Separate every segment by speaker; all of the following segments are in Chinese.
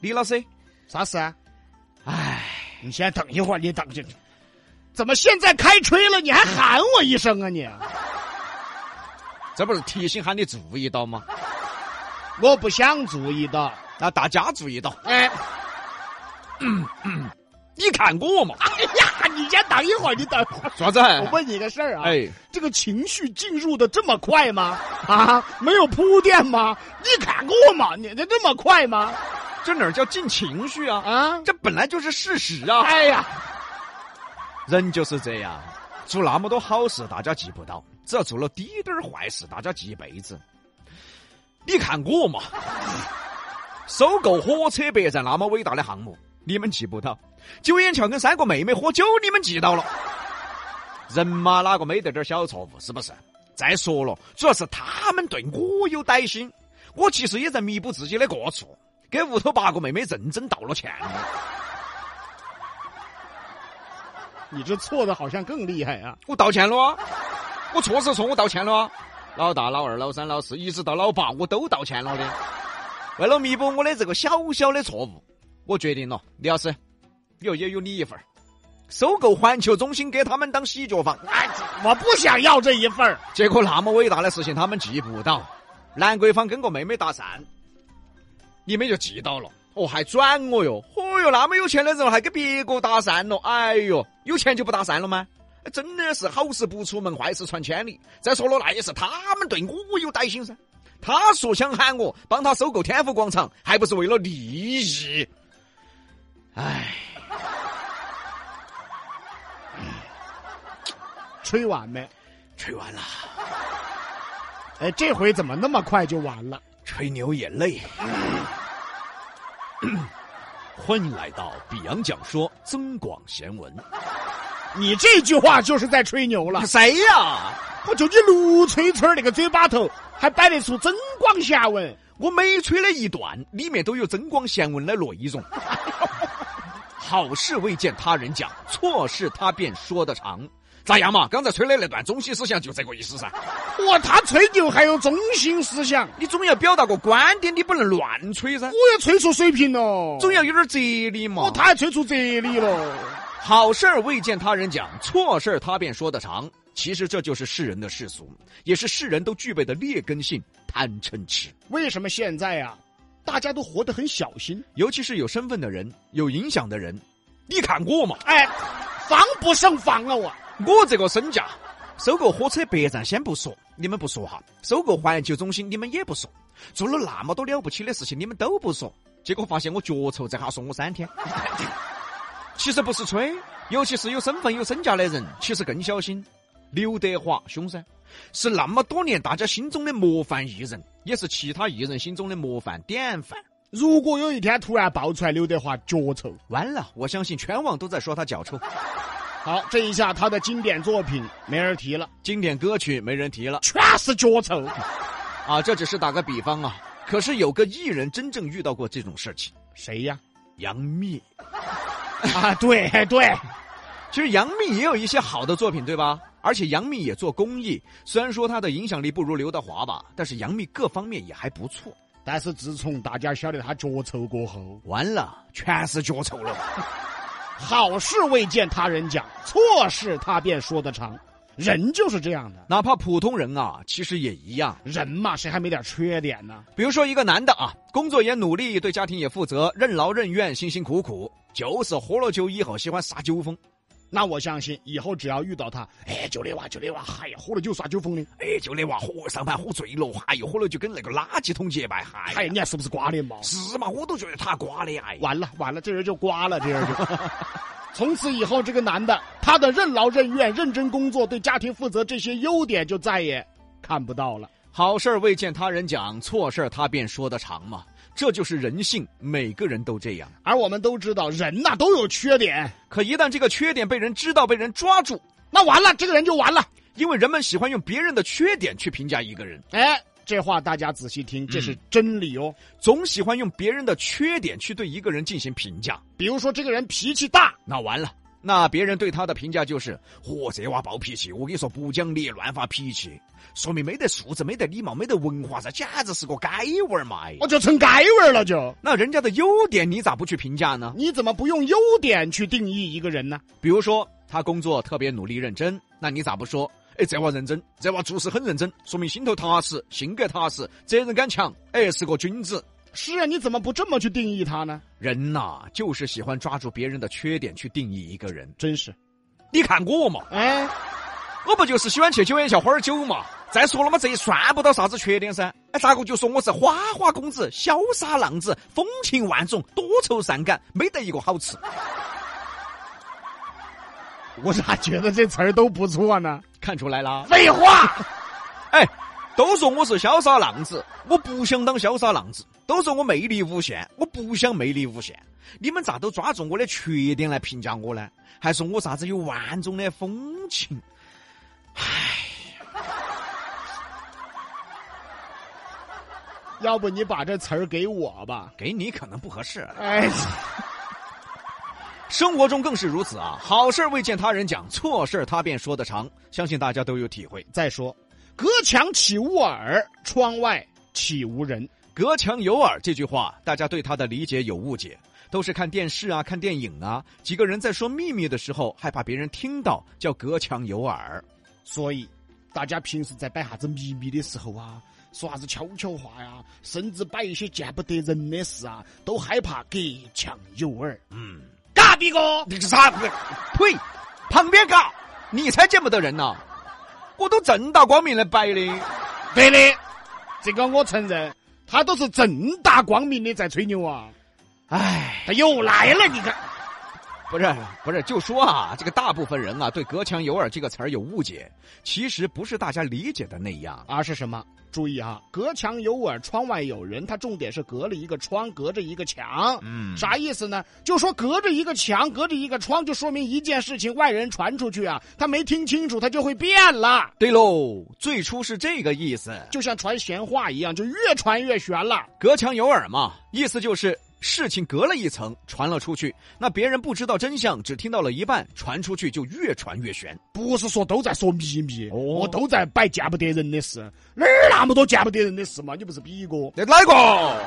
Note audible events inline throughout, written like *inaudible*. Speaker 1: 李老师，
Speaker 2: 啥事啊？
Speaker 1: 哎，
Speaker 2: 你先等一会儿，你等着。怎么现在开吹了，你还喊我一声啊你？
Speaker 1: 这不是提醒喊你注意到吗？
Speaker 2: 我不想注意到。
Speaker 1: 那大家注意到，
Speaker 2: 哎，
Speaker 1: 你看我嘛，
Speaker 2: 哎呀，你先等一会儿，你等会儿。
Speaker 1: 爪子，
Speaker 2: 我问你个事儿啊，
Speaker 1: 哎，
Speaker 2: 这个情绪进入的这么快吗？啊，没有铺垫吗？你砍过吗？你这这么快吗？
Speaker 1: 这哪儿叫进情绪啊？
Speaker 2: 啊，
Speaker 1: 这本来就是事实啊！
Speaker 2: 哎呀，
Speaker 1: 人就是这样，做那么多好事，大家记不到；只要做了滴点儿坏事，大家记一辈子。你看我嘛，收购火车北站那么伟大的项目，你们记不到；九眼桥跟三个妹妹喝酒，你们记到了。人嘛，哪个没得点儿小错误？是不是？再说了，主要是他们对我有歹心，我其实也在弥补自己的过错，给屋头八个妹妹认真道了歉了。
Speaker 2: 你这错的好像更厉害啊！
Speaker 1: 我道歉了啊，我错是错，我道歉了啊。老大、老二、老三、老四，一直到老八，我都道歉了的。为了弥补我的这个小小的错误，我决定了，李老师，以后也有你一份儿收购环球中心给他们当洗脚房。
Speaker 2: 哎，我不想要这一份儿。
Speaker 1: 结果那么伟大的事情他们记不到，兰桂坊跟个妹妹搭讪，你们就记到了。哦，还转我哟！哦哟，那么有钱的人还跟别个搭讪了，哎哟，有钱就不搭讪了吗？哎真的是好事不出门，坏事传千里。再说了，那也是他们对我有歹心噻。他说想喊我帮他收购天府广场，还不是为了利益？哎，
Speaker 2: 吹完没？
Speaker 1: 吹完了，
Speaker 2: 哎，这回怎么那么快就完了？
Speaker 1: 吹牛也累。 *coughs* 欢迎来到比洋讲说增广贤文。
Speaker 2: 你这句话就是在吹牛了。
Speaker 1: 谁呀、
Speaker 2: 我就你卢吹吹儿那个嘴巴头，还摆得出增广贤文。
Speaker 1: 我每吹的一段里面都有增广贤文的内 *laughs* 容。好事未见他人讲，错事他便说得长。咋样嘛？刚才吹的那段中心思想就这个意思噻。
Speaker 2: 哇，他吹牛还有中心思想，
Speaker 1: 你总要表达个观点，你不能乱吹噻
Speaker 2: 我，也吹出水平了。
Speaker 1: 总要有点哲理嘛。
Speaker 2: 哦，他还吹出哲理了。
Speaker 1: 好事儿未见他人讲，错事儿他便说得长。其实这就是世人的世俗，也是世人都具备的劣根性——贪嗔痴。
Speaker 2: 为什么现在呀、大家都活得很小心？
Speaker 1: 尤其是有身份的人、有影响的人，你看我嘛，
Speaker 2: 哎，防不胜防啊！我
Speaker 1: 我这个身价，收购火车北站先不说，你们不说哈；收购环球中心，你们也不说。做了那么多了不起的事情，你们都不说，结果发现我脚臭，这下送我三天。 *laughs* 其实不是吹，尤其是有身份、有身价的人，其实更小心。刘德华凶噻，是那么多年大家心中的模范艺人，也是其他艺人心中的模范典范。
Speaker 2: 如果有一天突然爆出来刘德华脚臭，
Speaker 1: 完了，我相信全网都在说他脚臭，
Speaker 2: 好，这一下他的经典作品没人提了，
Speaker 1: 经典歌曲没人提了。
Speaker 2: 全是脚臭。 *laughs*
Speaker 1: 啊，这只是打个比方啊。可是有个艺人真正遇到过这种事情，
Speaker 2: 谁呀？
Speaker 1: 杨幂。
Speaker 2: 啊，对对，
Speaker 1: 其实杨幂也有一些好的作品，对吧？而且杨幂也做公益，虽然说她的影响力不如刘德华吧，但是杨幂各方面也还不错。
Speaker 2: 但是自从大家晓得他脚臭过后，
Speaker 1: 完了，全是脚臭了。
Speaker 2: 好事未见他人讲，错事他便说得长。人就是这样的，
Speaker 1: 哪怕普通人啊，其实也一样。
Speaker 2: 人嘛，谁还没点缺点呢？
Speaker 1: 比如说一个男的啊，工作也努力，对家庭也负责，任劳任怨，辛辛苦苦，就是喝了酒以后喜欢撒酒疯。
Speaker 2: 那我相信以后只要遇到他，哎，就那娃，就那娃，嗨呀，喝了酒耍酒疯的，
Speaker 1: 哎，就那娃喝上班喝醉了，哎呦，喝了就跟那个垃圾桶结拜，
Speaker 2: 嗨，哎你看是不是瓜脸嘛？
Speaker 1: 是嘛？我都觉得他瓜的哎。
Speaker 2: 完了完了，这人就瓜了，这人就。 *laughs* 从此以后，这个男的他的任劳任怨、认真工作、对家庭负责这些优点就再也看不到了。
Speaker 1: 好事儿未见他人讲，错事儿他便说得长嘛，这就是人性，每个人都这样。
Speaker 2: 而我们都知道，人呐、都有缺点，
Speaker 1: 可一旦这个缺点被人知道、被人抓住，
Speaker 2: 那完了，这个人就完了。
Speaker 1: 因为人们喜欢用别人的缺点去评价一个人，
Speaker 2: 哎，这话大家仔细听，这是真理哦。
Speaker 1: 总喜欢用别人的缺点去对一个人进行评价，
Speaker 2: 比如说，这个人脾气大，
Speaker 1: 那完了，那别人对他的评价就是：嚯，这娃暴脾气！我跟你说，不讲理，乱发脾气，说明没得素质、没得礼貌、没得文化噻，简直是个该娃儿嘛！哎
Speaker 2: 我就成该味儿了就。
Speaker 1: 那人家的优点你咋不去评价呢？
Speaker 2: 你怎么不用优点去定义一个人呢？
Speaker 1: 比如说他工作特别努力认真，那你咋不说？哎，这娃认真，这娃做事很认真，说明心头踏实，性格踏实，责任感强，哎，是个君子。
Speaker 2: 是啊，你怎么不这么去定义他呢？
Speaker 1: 人呐、就是喜欢抓住别人的缺点去定义一个人。
Speaker 2: 真是，
Speaker 1: 你看我嘛，
Speaker 2: 哎，
Speaker 1: 我不就是喜欢去酒宴下喝点酒嘛？再说了嘛，这也算不到啥子缺点噻。哎，咋个就说我是花花公子、潇洒浪子、风情万种、多愁善感，没得一个好吃。
Speaker 2: 我咋觉得这词儿都不错呢？
Speaker 1: 看出来啊啦。
Speaker 2: 废话，
Speaker 1: 哎，都说我是潇洒浪子，我不想当潇洒浪子；都说我魅力无限，我不想魅力无限。你们咋都抓住我的缺点来评价我呢？还说我啥子有万种的风情？
Speaker 2: *laughs* 要不你把这词儿给我吧？
Speaker 1: 给你可能不合适。
Speaker 2: 哎，
Speaker 1: 生活中更是如此啊！好事儿未见他人讲，错事儿他便说得长。相信大家都有体会。
Speaker 2: 再说，隔墙起无耳，窗外岂无人？
Speaker 1: 隔墙有耳这句话，大家对它的理解有误解，都是看电视啊、看电影啊，几个人在说秘密的时候，害怕别人听到，叫隔墙有耳。
Speaker 2: 所以，大家平时在摆啥子秘密的时候啊，说啥子悄悄话呀、甚至摆一些见不得人的事啊，都害怕隔墙有耳。
Speaker 1: 嗯，
Speaker 2: 嘎逼哥，
Speaker 1: 你啥？呸！旁边嘎，你才见不得人呐、我都正大光明的摆的。
Speaker 2: 对的，这个我承认，他都是正大光明的在吹牛啊。
Speaker 1: 唉，
Speaker 2: 他又来了，你看，
Speaker 1: 不是不是，就说啊，这个大部分人啊，对“隔墙有耳”这个词儿有误解，其实不是大家理解的那样。
Speaker 2: 而啊是什么？注意啊，隔墙有耳，窗外有人。它重点是隔了一个窗，隔着一个墙。
Speaker 1: 嗯
Speaker 2: 啥意思呢？就说隔着一个墙，隔着一个窗，就说明一件事情外人传出去啊，他没听清楚，他就会变了，
Speaker 1: 对喽，最初是这个意思。
Speaker 2: 就像传闲话一样，就越传越玄了。
Speaker 1: 隔墙有耳嘛，意思就是事情隔了一层传了出去，那别人不知道真相，只听到了一半，传出去就越传越玄。
Speaker 2: 不是说都在说秘密，
Speaker 1: 哦
Speaker 2: 我都在摆见不得人的事，哪儿那么多见不得人的事嘛？你不是比哥？
Speaker 1: 那哪个？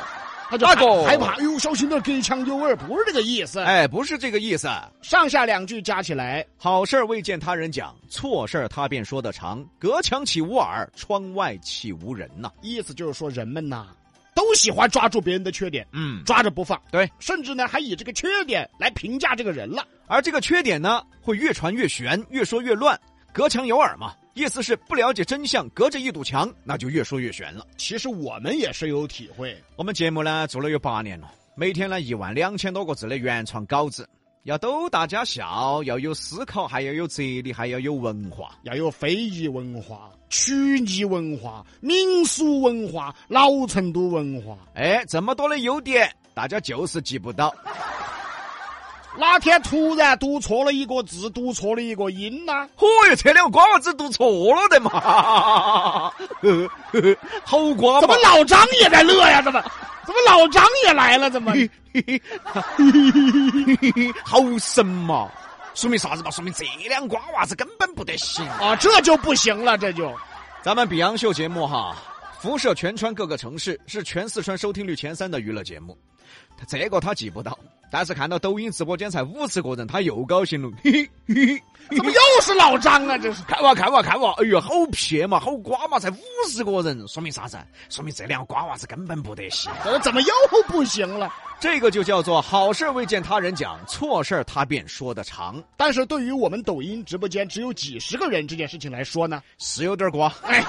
Speaker 2: 他就
Speaker 1: 那
Speaker 2: 害
Speaker 1: 个
Speaker 2: 害怕，哎呦，小心点，隔墙有耳，不是这个意思。
Speaker 1: 哎，不是这个意思。
Speaker 2: 上下两句加起来，
Speaker 1: 好事儿未见他人讲，错事儿他便说得长。隔墙起无耳，窗外岂无人呐、
Speaker 2: 意思就是说人们呐，都喜欢抓住别人的缺点，
Speaker 1: 嗯，
Speaker 2: 抓着不放。
Speaker 1: 对，
Speaker 2: 甚至呢还以这个缺点来评价这个人了。
Speaker 1: 而这个缺点呢，会越传越玄，越说越乱。隔墙有耳嘛，意思是不了解真相，隔着一堵墙，那就越说越玄了。
Speaker 2: 其实我们也是有体会，
Speaker 1: 我们节目呢做了有八年了，每天呢一万两千多个字的原创稿子，要逗大家笑，要有思考，还要有哲理，还要有文化。
Speaker 2: 要有非遗文化、曲艺文化、民俗文化、老成都文化。
Speaker 1: 哎，这么多的优点，大家就是记不到。
Speaker 2: 哪天突然读错了一个字，读错了一个音呐、
Speaker 1: 嚯哟，这两个瓜娃子读错了的嘛，呵呵呵 *laughs* 好瓜
Speaker 2: 怎么
Speaker 1: 嘛！
Speaker 2: 老张也在乐呀？怎么，怎么老张也来了？ *laughs* 怎么？
Speaker 1: *laughs* 好神嘛！说明啥子嘛？说明这两瓜娃子根本不得行。
Speaker 2: 啊，这就不行了，这 *laughs* 就
Speaker 1: 咱们《比洋秀》节目哈，辐射全川各个城市，是全四川收听率前三的娱乐节目。他这个他记不到，但是看到抖音直播间才五十个人，他又高兴了。 *laughs* 嘿嘿嘿嘿
Speaker 2: 怎么又是老张啊？这是
Speaker 1: 看哇看哇看哇！哎呦，好撇嘛，好瓜嘛，才五十个人，说明啥子？说明这两个瓜娃子根本不得行。
Speaker 2: 呃怎么又不行了？
Speaker 1: 这个就叫做好事未见他人讲，错事他便说得长，
Speaker 2: 但是对于我们抖音直播间只有几十个人这件事情来说呢，
Speaker 1: 是有点瓜，
Speaker 2: *laughs* 哎，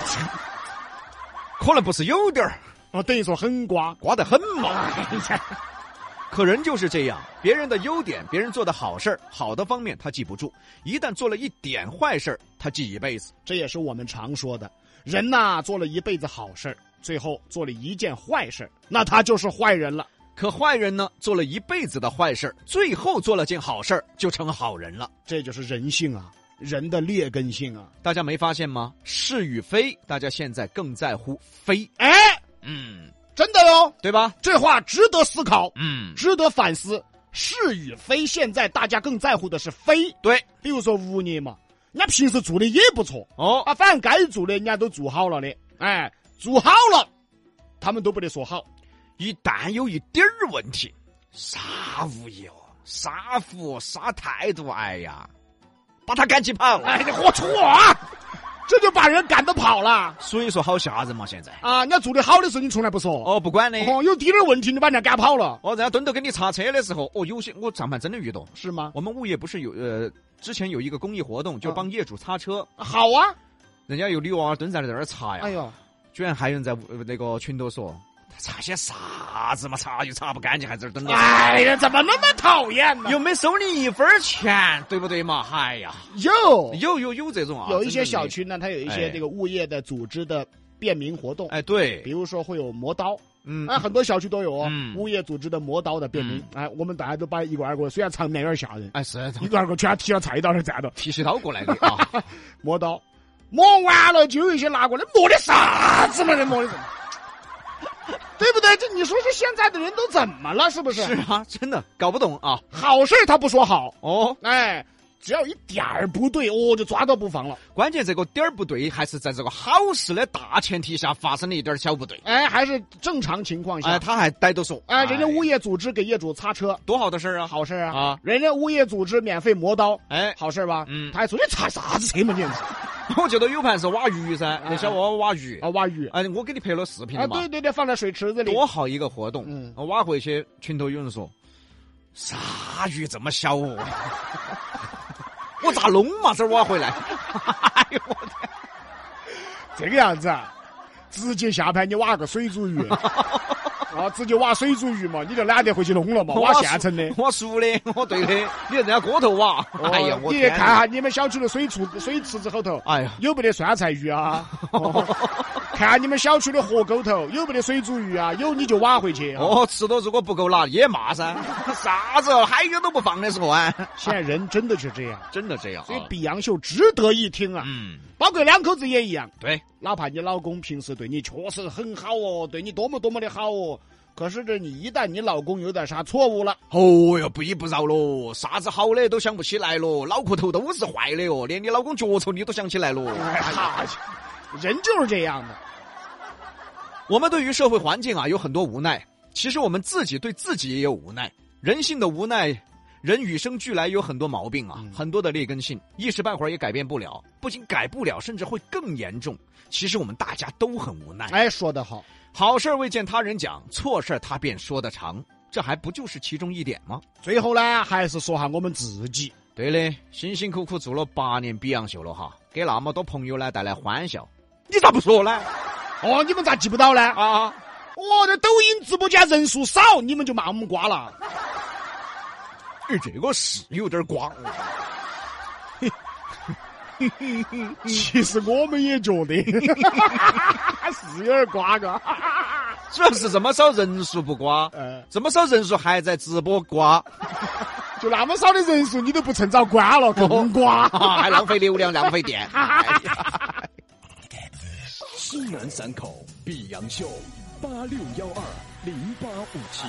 Speaker 1: 可能不是有点儿，
Speaker 2: 我等于说很瓜。
Speaker 1: 瓜得很嘛。
Speaker 2: 哎呀
Speaker 1: *laughs* 可人就是这样，别人的优点，别人做的好事儿、好的方面他记不住，一旦做了一点坏事儿，他记一辈子。
Speaker 2: 这也是我们常说的，人呐做了一辈子好事儿，最后做了一件坏事儿，那他就是坏人了。
Speaker 1: 可坏人呢，做了一辈子的坏事儿，最后做了件好事儿，就成好人了。
Speaker 2: 这就是人性啊，人的劣根性啊。
Speaker 1: 大家没发现吗？是与非，大家现在更在乎非，
Speaker 2: 哎，
Speaker 1: 嗯，
Speaker 2: 真的哟，
Speaker 1: 对吧？
Speaker 2: 这话值得思考，
Speaker 1: 嗯，
Speaker 2: 值得反思。是与非，现在大家更在乎的是非。
Speaker 1: 对，
Speaker 2: 比如说物业嘛，人家平时做的也不错，
Speaker 1: 哦，
Speaker 2: 啊，反正该做的人家都做好了的，哎，做好了，他们都不得说好。
Speaker 1: 一旦有一点儿问题，啥物业哦，啥服务，啥态度，哎呀，把他赶紧跑。
Speaker 2: 哎，你豁出我啊！这就把人赶得跑了
Speaker 1: 所以说好吓人嘛，现在。
Speaker 2: 啊！人家做的好的事情从来不说，哦，
Speaker 1: 哦，不管的。
Speaker 2: 有滴点儿问题你把人家赶跑了，
Speaker 1: 哦，然后蹲头给你查车的时候，哦，有些我上班真的遇到，
Speaker 2: 是吗？
Speaker 1: 我们物业不是有呃，之前有一个公益活动，就帮业主擦车，
Speaker 2: 好啊，
Speaker 1: 人家有女娃儿蹲在那儿擦呀，
Speaker 2: 哎呦，
Speaker 1: 居然还有人在呃那个群头说，擦些啥子嘛，擦又擦不干净，还在这儿蹲着，
Speaker 2: 哎呀，怎么那么讨厌呢？
Speaker 1: 又没收你一分儿钱，对不对嘛？哎呀，
Speaker 2: 有
Speaker 1: 有有有这种啊，
Speaker 2: 有一些
Speaker 1: 真的
Speaker 2: 小
Speaker 1: 没，
Speaker 2: 区呢，它有一
Speaker 1: 哎
Speaker 2: 些这个物业的组织的便民活动，
Speaker 1: 哎，
Speaker 2: 比
Speaker 1: 对，
Speaker 2: 如说会有磨刀，
Speaker 1: 嗯，
Speaker 2: 啊，很多小区都有哦
Speaker 1: 嗯，
Speaker 2: 物业组织的磨刀的便民，哎，我们大家都把一个二个，虽然场面有点吓人，
Speaker 1: 哎是
Speaker 2: 一个二个全提了菜刀在站着
Speaker 1: 剃须刀过来的
Speaker 2: *laughs*
Speaker 1: 啊，
Speaker 2: 磨刀，磨完了就有一些拿过来磨的啥子嘛，这磨的什么？ *laughs* 对不对？这你说说现在的人都怎么了？是不是？
Speaker 1: 是啊，真的搞不懂啊，
Speaker 2: 好事儿他不说好，
Speaker 1: 哦，
Speaker 2: 哎，只要一点儿不对，哦，就抓到不放了。
Speaker 1: 关键这个点儿不对，还是在这个好事的大前提下发生了一点儿小不对。
Speaker 2: 哎，还是正常情况
Speaker 1: 哎，
Speaker 2: 下，
Speaker 1: 他还逮着说，
Speaker 2: 哎，人家物
Speaker 1: 业
Speaker 2: 业组织给业主擦车，
Speaker 1: 多好的事儿啊！
Speaker 2: 好事儿啊。
Speaker 1: 啊，
Speaker 2: 人家物业组织免费磨刀，
Speaker 1: 哎，
Speaker 2: 好事儿吧？
Speaker 1: 嗯
Speaker 2: 他还说你擦啥子车嘛，你啊
Speaker 1: 我记得有盘是挖鱼噻，那小娃娃挖鱼，
Speaker 2: 挖鱼
Speaker 1: 哎，我给你拍了视频
Speaker 2: 哦啊，
Speaker 1: 的嘛
Speaker 2: 对，对对，放在水池子里。
Speaker 1: 多好一个活动！
Speaker 2: 嗯
Speaker 1: 我挖回去，群头有人说，啥鱼这么小哦？ *laughs* 我咋弄嘛？这儿挖回来？哎呦我天！
Speaker 2: 这个样子啊，直接下盘你挖个水煮鱼，
Speaker 1: *laughs*
Speaker 2: 啊，直接挖水煮鱼嘛，你就懒得回去弄
Speaker 1: *laughs* 哦
Speaker 2: 了嘛，挖现成的。
Speaker 1: 我熟的，我对的，你人家锅头挖。哎呀，我
Speaker 2: 哦你也
Speaker 1: 天
Speaker 2: 看啊下你们小区的水池水池子后头
Speaker 1: 哎呀，
Speaker 2: 有没得酸菜
Speaker 1: *laughs*
Speaker 2: 鱼啊？哦看下你们小区的河沟头有没得水煮鱼啊？有你就挖回去。哦，
Speaker 1: 哦，吃的如果不够辣也骂噻， *laughs* 啥子海鱼都不放的说啊，
Speaker 2: 现在人真的是这样，
Speaker 1: 真的这样啊。
Speaker 2: 所以比洋秀值得一听啊。
Speaker 1: 嗯，
Speaker 2: 包括两口子也一样，
Speaker 1: 对，
Speaker 2: 哪怕你老公平时对你确实很好哦，对你多么多么的好哦，可是这你一旦你老公有点啥错误了，
Speaker 1: 哦哟，不依不饶喽，啥子好的都想不起来喽，脑壳头都是坏的哦，连你老公脚臭你都想起来喽。
Speaker 2: 哎呀，人就是这样的。
Speaker 1: 我们对于社会环境啊有很多无奈，其实我们自己对自己也有无奈，人性的无奈。人与生俱来有很多毛病啊，
Speaker 2: 嗯
Speaker 1: 很多的劣根性，一时半会儿也改变不了，不仅改不了，甚至会更严重。其实我们大家都很无奈。
Speaker 2: 哎，说得好，
Speaker 1: 好事儿未见他人讲，错事儿他便说得长，这还不就是其中一点吗？
Speaker 2: 最后呢，还是说下我们自己。
Speaker 1: 对的，辛辛苦苦做了八年比洋秀了哈，给那么多朋友呢带来欢笑，你咋不说呢？
Speaker 2: 哦，你们咋记不到呢？
Speaker 1: 啊，
Speaker 2: 我的抖音直播间人数少，你们就骂我们瓜了。
Speaker 1: 哎，这个是有点啊瓜。
Speaker 2: 其实我们也觉得 *laughs* 是有点瓜 *laughs* 个。
Speaker 1: 主要是这么少人数不瓜，
Speaker 2: 呃，
Speaker 1: 这么少人数还在直播瓜， *laughs*
Speaker 2: 就那么少的人数，你都不趁早关了，更瓜。
Speaker 1: 啊还浪费流量，浪费
Speaker 2: *laughs*
Speaker 1: 电。哎呀
Speaker 3: 西南三口碧阳秀八六幺二零八五七。